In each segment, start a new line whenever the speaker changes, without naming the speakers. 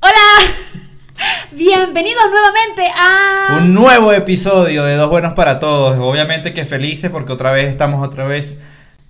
Hola, bienvenidos nuevamente a...
Un nuevo episodio de Dos Buenos para Todos. Obviamente que felices porque otra vez estamos otra vez.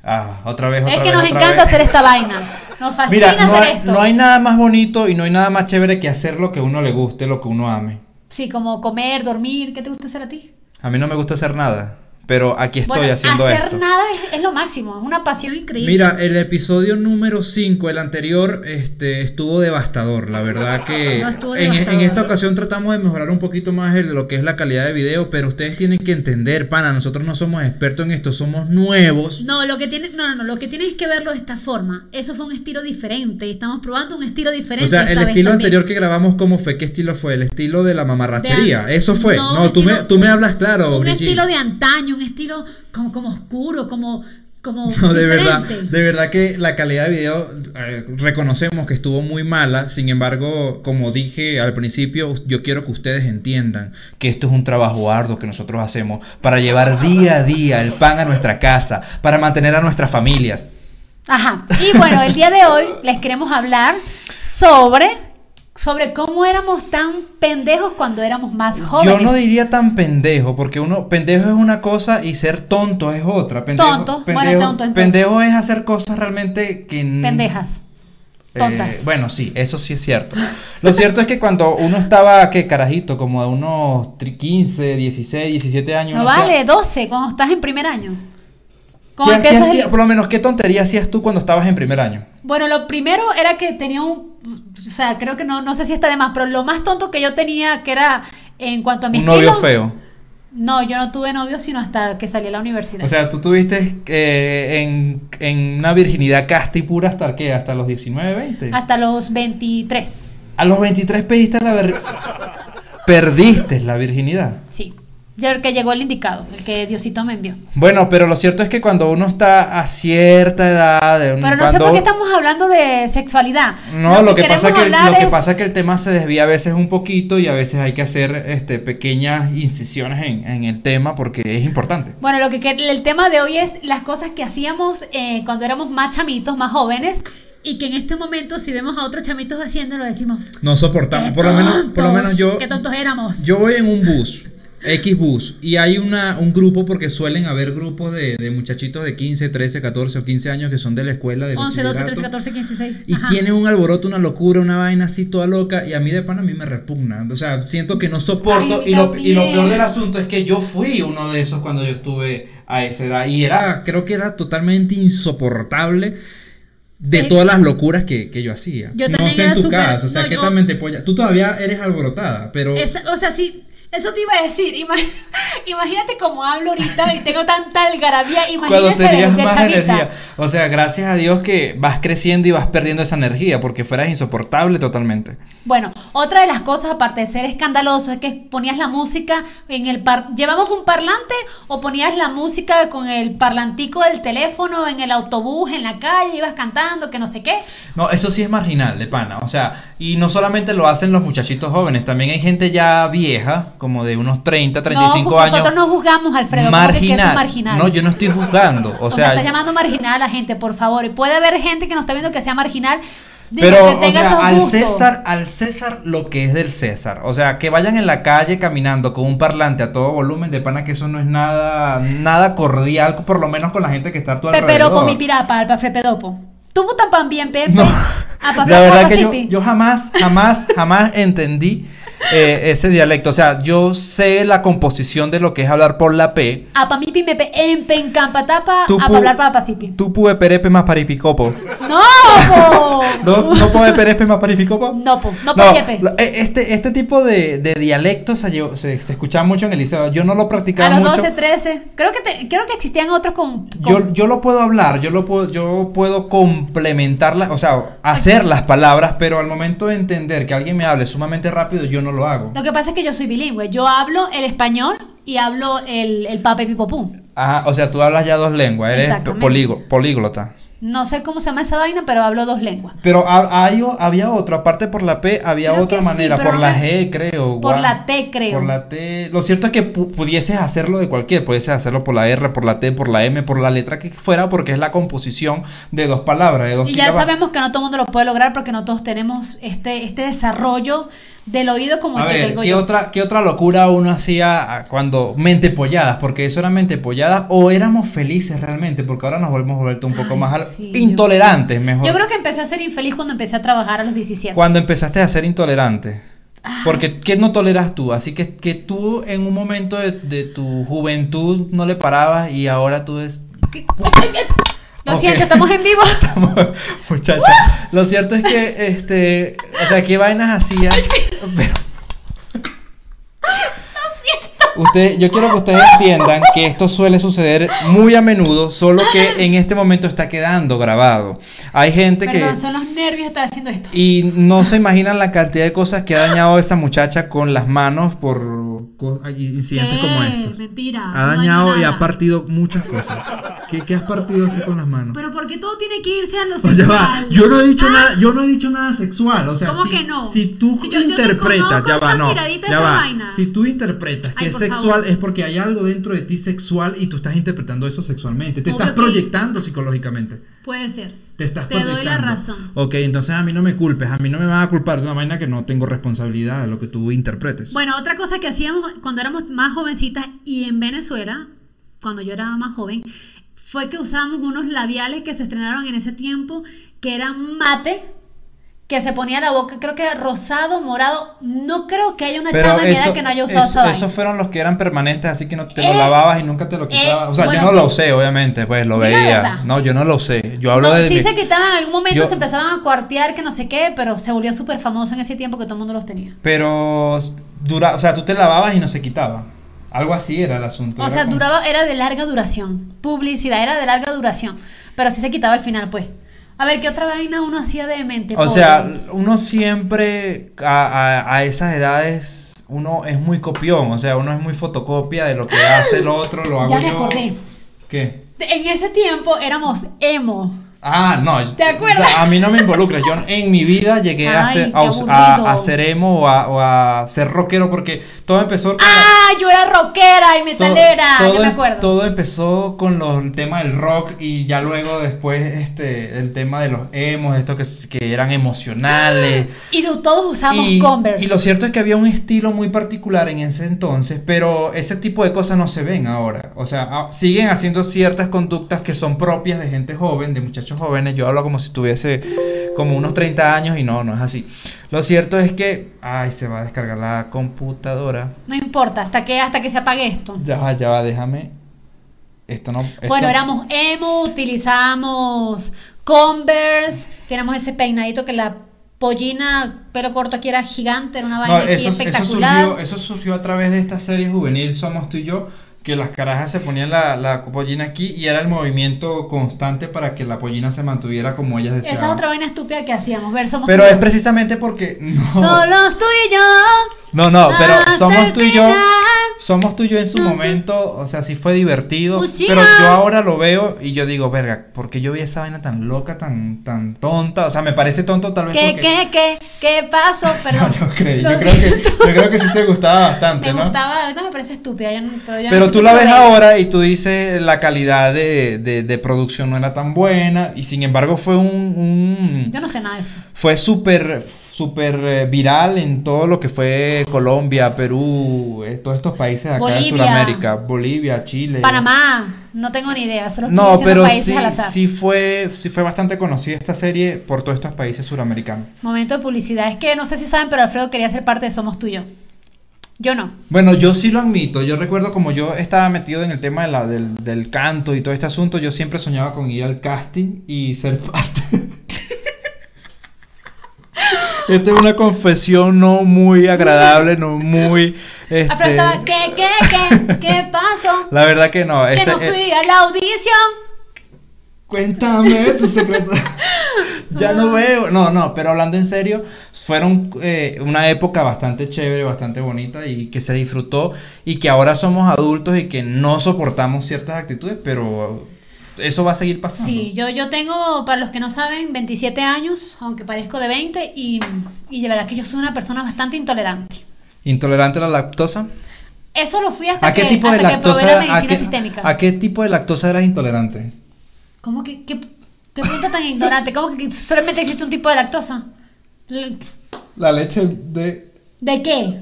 ah, otra vez, otra
es que
vez,
nos
otra
encanta
vez.
hacer esta vaina. Nos fascina
Mira, no
hacer
hay,
esto.
no hay nada más bonito y no hay nada más chévere que hacer lo que uno le guste, lo que uno ame.
Sí, como comer, dormir, ¿qué te gusta hacer a ti?
A mí no me gusta hacer nada, pero aquí estoy
bueno,
haciendo
hacer
esto.
nada es, es lo máximo, es una pasión increíble.
Mira, el episodio número 5, el anterior, este, estuvo devastador. La verdad que
No, estuvo
en,
devastador.
en esta ocasión tratamos de mejorar un poquito más el- lo que es la calidad de video, pero ustedes tienen que entender, pana, nosotros no somos expertos en esto, somos nuevos.
No, lo que tiene, no, no, no, lo que tienes es que verlo de esta forma. Eso fue un estilo diferente y estamos probando un estilo diferente.
O sea,
esta
el
vez
estilo
también.
anterior que grabamos, ¿cómo fue? ¿Qué estilo fue? El estilo de la mamarrachería.
De an-
Eso fue.
no,
No,
un
tú, me,
estilo-
tú me hablas claro,
un
Brigitte.
estilo de antaño, un estilo como, como oscuro, como como
No, de verdad,
diferente.
de verdad que la calidad de video eh, reconocemos que estuvo muy mala. Sin embargo, como dije al principio, yo quiero que ustedes entiendan que esto es un trabajo arduo que nosotros hacemos para llevar día a día el pan a nuestra casa, para mantener a nuestras familias.
Ajá. Y bueno, el día de hoy les queremos hablar sobre sobre cómo éramos tan pendejos cuando éramos más jóvenes.
Yo no diría tan pendejo, porque uno pendejo es una cosa y ser tonto es otra. Pendejo,
Tonto, bueno,
pendejo,
tonto, entonces.
pendejo es hacer cosas realmente que n-
pendejas.
Eh,
Tontas.
bueno, sí, eso sí es cierto. Lo cierto es que cuando uno estaba, ¿qué carajito? Como a unos tri- 15, 16, 17 años.
No
uno hacía-
vale, 12 cuando estás en primer año. Cuando
¿Qué, qué
empiezas el-
hacía- Por lo menos, ¿qué tontería hacías tú cuando estabas en primer año?
Bueno, lo primero era que tenía un. O sea, creo que no, no sé si está de más, pero lo más tonto que yo tenía, que era en cuanto a mi
Un
estilo.
novio feo.
No, yo no tuve novio sino hasta que salí a la universidad.
O sea, tú tuviste eh, en, en una virginidad casta y pura hasta qué? Hasta los 19, 20.
hasta los 23.
A los 23 pediste la ver- Perdiste la virginidad.
Sí. Yo el que llegó el indicado, el que Diosito me envió.
Bueno, pero lo cierto es que cuando uno está a cierta edad, de un-
Pero no sé
cuando
por qué estamos hablando de sexualidad.
No, lo que,
queremos
pasa que el-
hablar
lo que
es-
pasa que el tema se desvía a veces un poquito y a veces hay que hacer este pequeñas incisiones en, en el tema porque es importante.
Bueno, lo que, que- el tema de hoy es las cosas que hacíamos eh, cuando éramos más chamitos, más jóvenes, y que en este momento si vemos a otros chamitos haciéndolo decimos,
No soportamos, por lo menos, por lo menos yo,
Qué tontos éramos.
yo voy en un bus, X bus, y hay una, un grupo porque suelen haber grupos de, de muchachitos de 15, 13, 14 o 15 años que son de la escuela de
11, 12, 13,
bachillerato.
14, 15, 16.
Y
Ajá.
tiene un alboroto, una locura, una vaina así toda loca. Y a mí de pan a mí me repugna. O sea, siento que no soporto.
Ay,
y, lo, y lo
también.
peor del asunto es que yo fui uno de esos cuando yo estuve a esa edad. Y era, creo que era totalmente insoportable de
Sí.
todas las locuras que, que yo hacía.
Yo
no
también
sé
era
en tu
súper-
caso. O sea,
no,
que
yo-
también te polla. Tú todavía eres alborotada, pero.
Es- o sea, sí, eso te iba a decir. ima- imagínate cómo hablo ahorita y tengo tanta algarabía.
cuando
Imagínese de,
tenías
de
más
chamita.
energía. O sea, gracias a Dios que vas creciendo y vas perdiendo esa energía porque fueras insoportable totalmente.
Bueno, otra de las cosas, aparte de ser escandaloso, es que ponías la música en el par... ¿Llevamos un parlante o ponías la música con el parlantico del teléfono en el autobús, en la calle, ibas cantando, que no sé qué?
No, eso sí es marginal, de pana. O sea, y no solamente lo hacen los muchachitos jóvenes, también hay gente ya vieja, como de unos 30, 35
no, ju-
años.
Nosotros no juzgamos, Alfredo, como que, que eso es marginal.
No, yo no estoy juzgando. O
O
sea,
sea, está llamando marginal a la gente, por favor. Y puede haber gente que nos está viendo que sea marginal. Digo,
pero
que
o
tenga
sea,
esos
al
gustos.
César, al César lo que es del César. O sea, que vayan en la calle caminando con un parlante a todo volumen, de pana que eso no es nada, nada cordial, por lo menos con la gente que está a tu alrededor.
Pepero con mi pirapa, al pafrepedopo. Tú tan pan bien, Pepe. Ah,
No,
A
la verdad
pafrepedopo,
que yo,
Sipi.
yo jamás, jamás, jamás entendí eh, ese dialecto. O sea, yo sé la composición de lo que es hablar por la P.
A pa mi pi me pe- en pencampatapa,
Tú
Ah, a
pu-
pa hablar pa pasipi.
Tú pude perepe más paripicopo.
¡No! po!
¿No, no pude perepe más paripicopo?
No, po, no, po, yepe.
lo- e- este, este tipo de, de dialectos se, llevó- se, se escuchaba mucho en el liceo. Yo no lo practicaba
A los
mucho.
12, 13. Creo que, te- creo que existían otros con. con-
Yo, yo lo puedo hablar, yo lo puedo, yo puedo complementarlas, o sea, hacer las palabras, pero al momento de entender que alguien me hable sumamente rápido, yo no lo hago.
Lo que pasa es que yo soy bilingüe. Yo hablo el español y hablo el, el pape pipopum.
Ajá, o sea, tú hablas ya dos lenguas, eres
Exactamente.
polígo- políglota.
No sé cómo se llama esa vaina, pero hablo dos lenguas.
Pero ha- hay o- había otra, aparte por la P, había
Creo
otra
que sí,
manera,
pero
por
no
la
me-
G
Por
creo. guau.
la T, creo.
Por la T. Lo cierto es que pu- pudieses hacerlo de cualquier, pudieses hacerlo por la R, por la T, por la M, por la letra que fuera, porque es la composición de dos palabras, de dos
Y ya
sílabas.
sabemos que no todo el mundo lo puede lograr porque no todos tenemos este, este desarrollo del oído como
A
el que
ver,
tengo
¿qué
yo.
otra, ¿qué otra locura uno hacía ah, cuando mente polladas? Porque eso era mente polladas o éramos felices realmente, porque ahora nos volvemos vuelto un poco
Ay,
más al-
sí, yo-
intolerantes, mejor.
Yo creo que empecé a ser infeliz cuando empecé a trabajar a los 17.
Cuando empezaste a ser intolerante.
Ay.
Porque ¿qué no toleras tú? Así que, que tú en un momento de, de tu juventud no le parabas y ahora tú es...
¿Qué? Lo
Ok.
siento, estamos en vivo.
Muchacha, lo cierto es que, este, o sea, ¿qué vainas hacías? Pero... Usted, yo quiero que ustedes entiendan que esto suele suceder muy a menudo, solo que en este momento está quedando grabado. Hay gente que...
Perdón, son los nervios de estar haciendo esto.
Y no se imaginan la cantidad de cosas que ha dañado esa muchacha con las manos por co- ay, incidentes
¿Qué?
como estos.
Mentira.
Ha
no dañé
dañado y
nada.
ha partido muchas cosas. ¿Qué, qué has partido así con las manos?
Pero porque todo tiene que irse a lo
O sea, Pues va,
sexual.
yo no he dicho nada, yo no he dicho nada sexual, o sea,
Ah. ¿Cómo
si,
que no?
si tú
Si yo- yo te
interpretas,
conozco
ya va,
esa
no,
miradita,
ya
esa
va.
vaina.
Si tú interpretas que
Ay,
es
por
sexual
favor.
es porque hay algo dentro de ti sexual y tú estás interpretando eso sexualmente, te
Obvio
estás
que-
proyectando psicológicamente.
Puede ser.
Te estás
Te doy la
proyectando.
razón.
Ok, entonces a mí no me culpes, a mí no me van a culpar de una vaina que no tengo responsabilidad de lo que tú interpretes.
Bueno, otra cosa que hacíamos cuando éramos más jovencitas y en Venezuela, cuando yo era más joven, fue que usábamos unos labiales que se estrenaron en ese tiempo, que eran mate, que se ponía en la boca, creo que era rosado, morado. No creo que haya una chama en mi edad que no haya usado
eso-
esa vaina.
esos fueron los que eran permanentes, así que no te lo
Eh,
lavabas y nunca te lo quitabas. o sea,
bueno,
yo no lo
sí.
usé, obviamente, pues lo
Dime la
veía.
verdad.
No, yo no lo usé. Yo hablo
No,
de
sí
mi-
se quitaban en algún momento,
yo-
se empezaban a cuartear, que no sé qué, pero se volvió súper famoso en ese tiempo que todo el mundo los tenía.
Pero dura, o sea, tú te lavabas y no se quitaba. Algo así era el asunto.
O
era
sea,
como-
duraba, era de larga duración. Publicidad era de larga duración. Pero sí se quitaba al final, pues. A ver, ¿qué otra vaina uno hacía de mente?
O
pobre?
sea, uno siempre a, a- a esas edades uno es muy copión, o sea, uno es muy fotocopia de lo que hace el otro, lo hago
ya me
yo.
acordé.
¿Qué?
En ese tiempo éramos emo.
Ah, no. yo-
¿Te acuerdas?
o sea, a mí no me involucras. Yo en mi vida llegué
Ay,
a, ser,
qué
a, us- a-
aburrido.
a ser emo o a, o a ser rockero porque todo empezó con la-
¡Ah! Yo era rockera y
todo-
metalera.
todo,
ya me
em-
acuerdo.
todo empezó con los, el tema del rock y ya luego después este el tema de los emos, estos que, s- que eran emocionales.
Y de- todos usamos
y,
Converse.
y lo cierto es que había un estilo muy particular en ese entonces, pero ese tipo de cosas no se ven ahora. O sea, a- siguen haciendo ciertas conductas que son propias de gente joven, de muchachos jóvenes. Yo hablo como si tuviese como unos 30 años y no, no es así. Lo cierto es que, ay, se va a descargar la computadora.
No importa, hasta que, hasta que se apague esto.
Ya va, ya va, déjame. Esto no. esto-
Bueno, éramos emo, utilizábamos Converse, teníamos ese peinadito que la pollina, pelo corto aquí era gigante, era una vaina
No,
aquí
eso, eso
espectacular.
surgió, eso surgió a través de esta serie juvenil Somos tú y yo, que las carajas se ponían la, la pollina aquí y era el movimiento constante para que la pollina se mantuviera como ellas
Esa
deseaban.
es otra vaina estúpida que hacíamos, ver, somos tú
Pero
y
es
yo.
precisamente porque no,
Solos tú y yo.
no, no, pero
hasta el
somos tú y yo,
final.
somos tú y yo en su momento, o sea, sí fue divertido,
Ushia.
pero yo ahora lo veo y yo digo, verga, porque yo vi esa vaina tan loca, tan, tan tonta, o sea, me parece tonto tal vez
¿Qué,
porque
qué, qué? ¿Qué pasó? Perdón.
yo creí,
Lo
yo creo, que,
siento.
yo creo que sí te gustaba bastante,
Me
¿no?
gustaba, ahorita me parece estúpida. ya no- pero ya no
Pero
sé
tú
qué
la
fue
ves
de ella.
ahora y tú dices la calidad de, de- de producción no era tan buena y sin embargo fue un... un-
Yo no sé nada de eso.
fue súper súper eh, viral en todo lo que fue Colombia, Perú, eh, todos estos países de acá de
Bolivia.
Sudamérica, Bolivia, Chile.
Panamá, no tengo ni idea, solo estoy
No,
diciendo
pero
países
sí,
al azar.
sí fue sí fue bastante conocida esta serie por todos estos países suramericanos.
Momento de publicidad. Es que no sé si saben, pero Alfredo quería ser parte de Somos Tuyo. Yo no.
Bueno, yo sí lo admito. Yo recuerdo como yo estaba metido en el tema de la- del, del canto y todo este asunto, yo siempre soñaba con ir al casting y ser parte. Esta es una confesión no muy agradable, no muy... este,
Alfredo Ah, estaba, ¿qué, qué, qué? ¿Qué pasó?
la verdad que no.
que
ese-
no
eh,
fui a la audición.
Cuéntame tu secreto. ya no veo. No, no, pero hablando en serio, fueron eh, una época bastante chévere, bastante bonita y que se disfrutó y que ahora somos adultos y que no soportamos ciertas actitudes, pero eso va a seguir pasando.
Sí, yo, yo tengo, para los que no saben, 27 años, aunque parezco de 20, y, y de verdad que yo soy una persona bastante intolerante.
¿Intolerante a la lactosa?
Eso lo fui hasta, ¿A qué que, tipo hasta de que
lactosa,
probé la medicina
a qué,
sistémica.
¿A qué tipo de lactosa eras intolerante?
¿Cómo que, qué, qué pregunta tan ignorante? ¿Cómo que solamente existe un tipo de lactosa? Le-
La leche de...
¿De qué?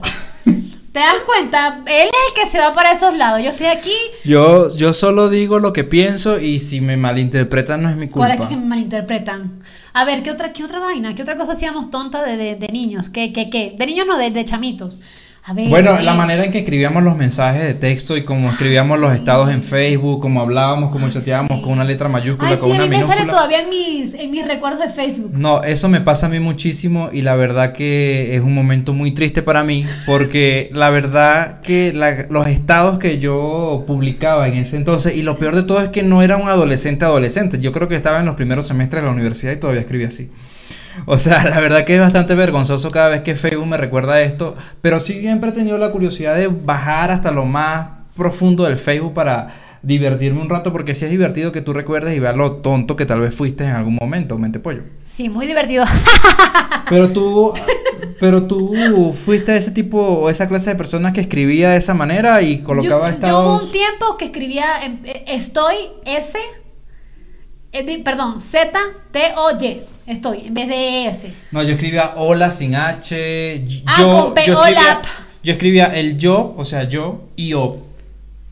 ¿Te das cuenta? Él es el que se va para esos lados. Yo estoy aquí.
Yo, yo solo digo lo que pienso y si me malinterpretan no es mi
¿Cuál
culpa.
es que me malinterpretan? A ver, ¿qué otra, qué otra vaina? ¿Qué otra cosa hacíamos tonta de, de- de niños? ¿Qué, qué, qué? De niños no, de, de chamitos. A ver.
Bueno,
eh,
la manera en que escribíamos los mensajes de texto y como escribíamos los estados en Facebook, como hablábamos, como chateábamos con una letra mayúscula,
Ay,
con
sí, a
una
mí me sale
minúscula.
todavía en mis, en mis recuerdos de Facebook.
No, eso me pasa a mí muchísimo y la verdad que es un momento muy triste para mí porque la verdad que la- los estados que yo publicaba en ese entonces y lo peor de todo es que no era un adolescente adolescente, yo creo que estaba en los primeros semestres de la universidad y todavía escribía así. O sea, la verdad que es bastante vergonzoso cada vez que Facebook me recuerda esto, pero sí siempre he tenido la curiosidad de bajar hasta lo más profundo del Facebook para divertirme un rato porque sí es divertido que tú recuerdes y veas lo tonto que tal vez fuiste en algún momento, mente pollo.
Sí, muy divertido.
Pero tú, pero tú fuiste ese tipo o esa clase de personas que escribía de esa manera y
yo, yo
colocaba
hubo
estados.
un tiempo que escribía em, eh, estoy S, eh, di- perdón, Z, T, O, Y. Estoy, en vez de E, S.
No, yo escribía hola sin H. y-
Ah,
yo,
con P,
yo escribía,
hola.
yo escribía el yo, o sea, yo y o.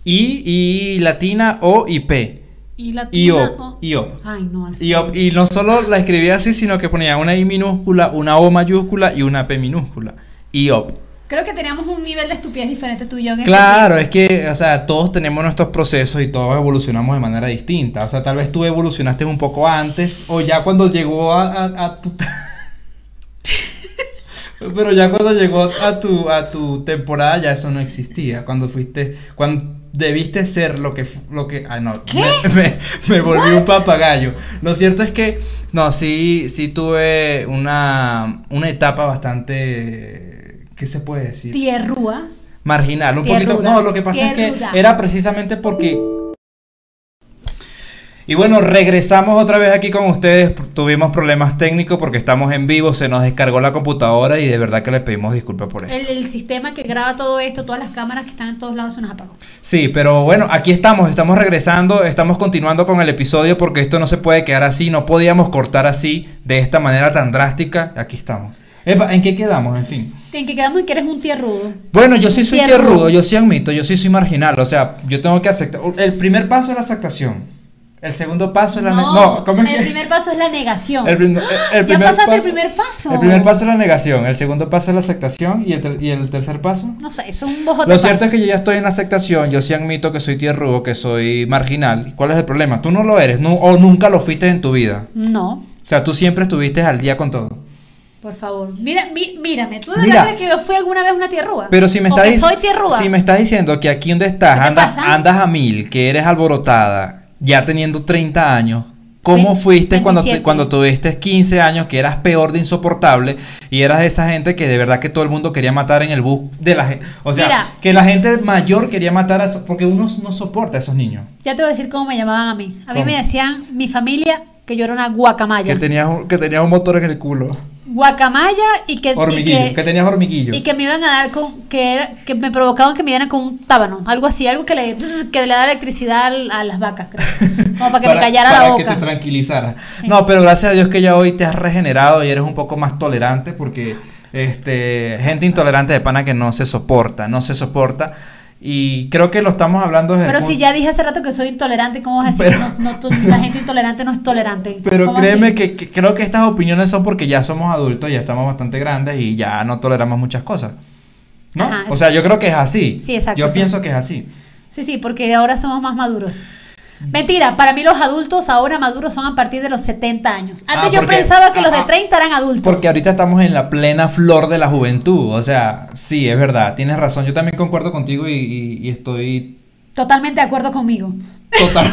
I y latina o y p.
Y la oh.
Y
O.
o, y o.
Ay, no, Alfredo.
Y, o- y no solo la escribía así, sino que ponía una I minúscula, una O mayúscula y una P minúscula. Y op.
Creo que teníamos un nivel de estupidez diferente tú y yo en ese
Claro, es que, o sea, todos tenemos nuestros procesos y todos evolucionamos de manera distinta. O sea, tal vez tú evolucionaste un poco antes o ya cuando llegó a, a- a tu... Pero ya cuando llegó a tu, a tu temporada ya eso no existía. Cuando fuiste, cuando debiste ser lo que... fu- Lo que ah, no,
¿Qué?
Me, me- me volví un papagayo. Lo cierto es que, no, sí, sí tuve una, una etapa bastante... ¿Qué se puede decir?
Tierrúa.
marginal, un
Tierruda.
poquito. No, lo que pasa es
Tierruda.
que era precisamente porque. Y bueno, regresamos otra vez aquí con ustedes. Tuvimos problemas técnicos porque estamos en vivo, se nos descargó la computadora y de verdad que les pedimos disculpas por eso.
El, el sistema que graba todo esto, todas las cámaras que están en todos lados se nos apagó.
Sí, pero bueno, aquí estamos, estamos regresando, estamos continuando con el episodio porque esto no se puede quedar así, no podíamos cortar así, de esta manera tan drástica. Aquí estamos. Epa, ¿en qué quedamos? En fin.
En que quedamos en que eres un tierrudo.
Bueno, yo sí soy
Tierrudo.
tierrudo, yo sí admito, yo sí soy marginal, o sea, yo tengo que aceptar. El primer paso es la aceptación. El segundo paso es la ne- no, ¿cómo es
el
que-
primer paso es la negación. ¡Ah!
el prim- el-
ya
el primer
pasaste el
paso-
primer paso.
El primer paso es la negación, el segundo paso es la aceptación y el, ter- y el tercer paso.
No sé, son un bojote.
Lo cierto es que yo ya estoy en la aceptación, yo sí admito que soy tierrudo, que soy marginal. ¿Cuál es el problema? Tú no lo eres, nu- o nunca lo fuiste en tu vida.
No,
O sea, tú siempre estuviste al día con todo.
por favor. Mira, mi- mírame, ¿tú de verdad
Mira.
crees que yo fui alguna vez una tierrúa?
Pero si me
¿O
estás,
que
dic-
soy tierrúa.
si me estás diciendo que aquí donde estás
¿Qué te
andas,
pasa?
andas a mil, que eres alborotada, ya teniendo 30 años, ¿cómo
Ve-
fuiste cuando, tu-
27.
cuando tuviste 15 años, que eras peor de insoportable y eras de esa gente que de verdad que todo el mundo quería matar en el bus de la gente? O sea,
Mira.
que la gente mayor quería matar a esos, porque uno no soporta a esos niños.
Ya te voy a decir cómo me llamaban a mí. A mí
¿Cómo?
me decían mi familia que yo era una guacamaya.
Que tenías, un- que tenías un motor en el culo.
Guacamaya y que, y
Hormiguillo, que,
que,
tenías hormiguillo.
y que me iban a dar con que era, que me provocaban que me dieran con un tábano, algo así, algo que le que le da electricidad al- a las vacas, creo. Como para que me callara
para
la
que te
boca.
tranquilizara.
Sí.
No, pero gracias a Dios que ya hoy te has regenerado y eres un poco más tolerante porque este gente intolerante de pana que no se soporta, no se soporta y creo que lo estamos hablando desde el
Pero
punto-
si ya dije hace rato que soy intolerante, ¿cómo vas a decir
Pero-
que no, no, tú- la gente intolerante no es tolerante?
Pero
¿Cómo
créeme
así?
que, que creo que estas opiniones son porque ya somos adultos, ya estamos bastante grandes y ya no toleramos muchas cosas. ¿No?
Ajá,
o sea, yo creo que es así.
Sí, exacto,
Yo
sí.
pienso que es así.
Sí, sí, porque ahora somos más maduros.
Mm.
Mentira, para mí los adultos ahora maduros son a partir de los 70 años. Antes
Ah,
yo
porque-
pensaba que los de
ah,
30 eran adultos.
Porque ahorita estamos en la plena flor de la juventud. O sea, sí, es verdad, tienes razón. Yo también concuerdo contigo y- y- y estoy
Totalmente de acuerdo conmigo.
Total.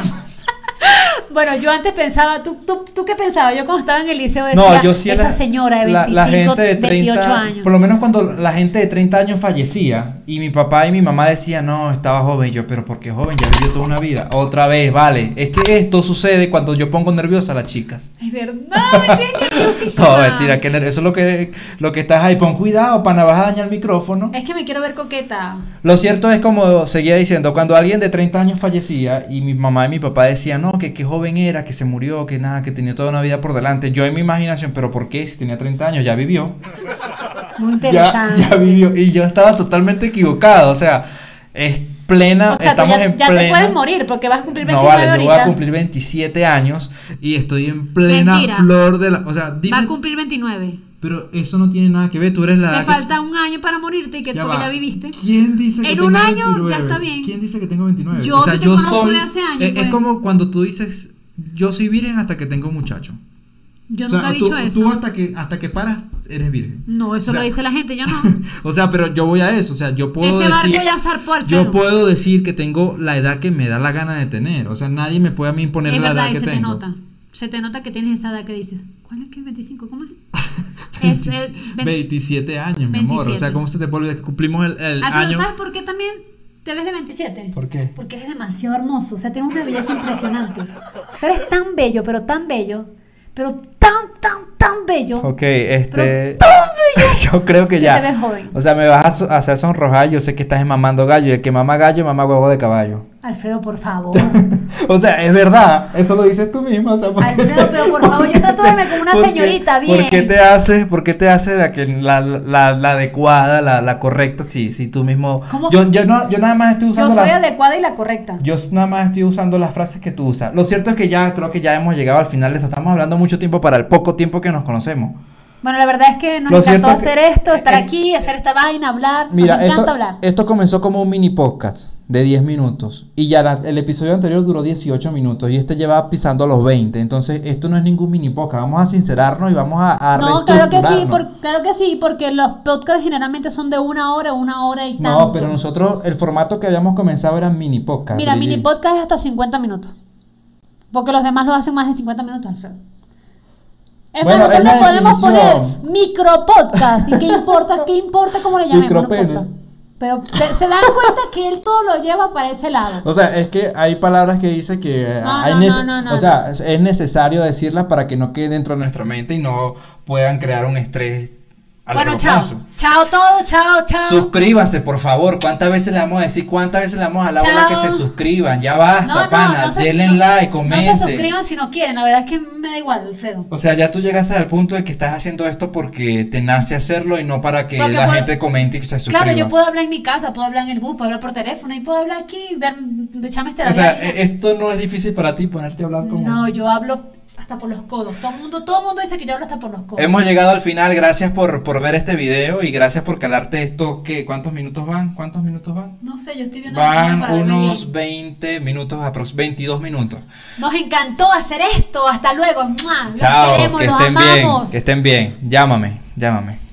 Bueno, yo antes pensaba, ¿tú, tú, tú qué pensabas? Yo cuando estaba en el liceo decía,
no, yo sí
Pues esa
la-
señora de
la-
25,
la gente de
28
30,
años.
Por lo menos cuando la gente de 30 años fallecía y mi papá y mi mamá decían, no, estaba joven. Yo, pero ¿por qué joven? Ya vivió toda una vida. Otra vez, vale. Es que esto sucede cuando yo pongo nerviosa a las chicas.
Es verdad, me tienes nerviosísima.
No, mentira, que ner- eso es lo que, lo que estás ahí. Pon cuidado, pana, vas a dañar el micrófono.
Es que me quiero ver coqueta.
Lo cierto es como seguía diciendo, cuando alguien de 30 años fallecía y mi mamá y mi papá decían, no, que qué joven era, que se murió, que nada, que tenía toda una vida por delante. Yo en mi imaginación, pero ¿por qué? Si tenía 30 años, ya vivió.
Muy
Ya,
interesante.
ya vivió. Y yo estaba totalmente equivocado. O sea, es plena,
O sea, tú
estamos
ya,
en
ya te
plena.
puedes morir porque vas a cumplir
no
29
vale, yo voy
ahorita.
a cumplir 27 años y estoy en plena
Mentira.
flor de la. O sea, dime.
Va a cumplir 29.
Pero eso no tiene nada que ver, tú eres la.
Te
que-
falta un año para morirte y que,
Ya
porque
va.
ya viviste.
¿Quién dice que
En
tengo
un año ya
29?
está bien.
¿Quién dice que tengo 29?
Yo sí te conozco de hace años,
Es, es
pues.
como cuando tú dices, yo soy virgen hasta que tengo un muchacho.
Yo
O sea,
nunca he
tú-
dicho eso.
Tú hasta que, hasta que paras, eres virgen.
No, eso
o sea-
lo dice la gente, yo no.
O sea, pero yo voy a eso. O sea, yo puedo
Ese barco
decir.
ya zarpó al
Yo puedo decir que tengo la edad que me da la gana de tener. O sea, nadie me puede a mí imponer
Es
la
verdad,
edad
y
que
se te
tengo.
nota. Se te nota que tienes esa edad que dices. ¿Cuál es que es 25? ¿Cómo es? es, es 20.
27 años, mi amor. O
27.
sea, ¿cómo se te puede olvidar que cumplimos el, el
Alfredo,
año?
Ah, ¿sabes por qué también te ves de 27?
¿Por qué?
Porque eres demasiado hermoso, o sea, tienes una belleza impresionante. O sea, eres tan bello, pero tan bello, pero tan, tan, tan bello.
Ok, este. Yo creo que
Que
ya.
te ves joven.
O sea, me vas a so- a hacer sonrojar. Yo sé que estás mamando gallo. Y el que mama gallo, mama huevo de caballo.
Alfredo, por favor.
O sea, es verdad. Eso lo dices tú misma. O sea, ¿por qué
Alfredo, pero por favor, yo trato de verme como una
por qué-
señorita,
¿Por
bien.
qué te haces, por qué te haces la, que, la, la, la adecuada, la, la correcta? Sí, sí, tú mismo.
¿Cómo
Yo, yo, no, yo nada más estoy
Yo
usando
soy
las-
adecuada y la correcta.
Yo nada más estoy usando las frases que tú usas. Lo cierto es que ya creo que ya hemos llegado al final. Les estamos hablando mucho tiempo para el poco tiempo que nos conocemos.
Bueno, la verdad es que nos
Lo
encantó
cierto
hacer
que-
esto, estar
eh,
aquí, hacer esta vaina, hablar.
Mira,
nos encanta
esto,
hablar.
esto comenzó como un mini podcast de 10 minutos y ya la- el episodio anterior duró 18 minutos y este lleva pisando los 20. Entonces, esto no es ningún mini podcast. Vamos a sincerarnos y vamos a, a
No, claro que sí,
reestructurarnos.
por- claro que sí, porque los podcasts generalmente son de una hora, una hora y tanto.
No, pero nosotros el formato que habíamos comenzado era mini podcast.
Mira,
Brigitte.
mini podcast es hasta 50 minutos. Porque los demás lo hacen más de 50 minutos, Alfredo. Es
Bueno,
más,
es
nosotros
la
podemos poner
definición.
micro podcast. ¿Y qué importa? ¿Qué importa cómo le llamemos? No
Micropene.
importa. Pero te- se dan cuenta que él todo lo lleva para ese lado.
O sea, es que hay palabras que dice que eh,
No,
hay
no,
nece-
no, no, no,
o sea, es- es necesario decirlas para que no quede dentro de nuestra mente y no puedan crear un estrés. a largo
Bueno, chao.
plazo.
Chao todo, chao, chao.
Suscríbase, por favor. ¿Cuántas veces le vamos a decir? ¿Cuántas veces le vamos a la bola
Chao.
que se suscriban? Ya basta,
no, no,
pana.
no se,
Denle
no-
like,
no
comenten.
se suscriban si no quieren. La verdad es que me da igual, Alfredo.
O sea, ya tú llegaste al punto de que estás haciendo esto porque te nace hacerlo y no para que
Porque
la
puedo-
gente comente y se suscriba.
Claro, yo puedo hablar en mi casa, puedo hablar en el bus, puedo hablar por teléfono y puedo hablar aquí, ver, echarme este
O sea, e- esto no es difícil para ti ponerte a hablar como.
No, yo hablo hasta por los codos. Todo el mundo, todo el mundo dice que yo hablo hasta por los codos.
Hemos llegado al final, gracias por, por ver este video y gracias por calarte esto. ¿Qué? ¿Cuántos minutos van? ¿Cuántos minutos van?
No sé, yo estoy viendo la señal
Van
para verme
unos
bien.
20 minutos, aprox 22 minutos.
Nos encantó hacer esto. Hasta luego. ¡Mua! Los
Chao,
queremos,
que
los
estén bien,
amamos.
que estén bien. Llámame, llámame.